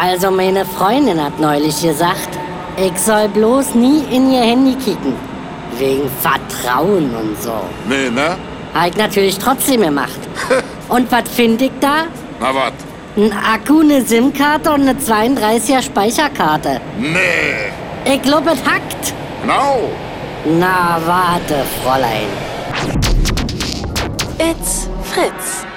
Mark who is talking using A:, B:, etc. A: Also meine Freundin hat neulich gesagt, ich soll bloß nie in ihr Handy kicken. Wegen Vertrauen und so.
B: Nee, ne?
A: Hab ich natürlich trotzdem gemacht. Und was finde ich da?
B: Na wat?
A: Ein Akku, eine SIM-Karte und eine 32er Speicherkarte.
B: Nee.
A: Ich glaube, es hackt.
B: No.
A: Na, warte, Fräulein.
C: It's Fritz.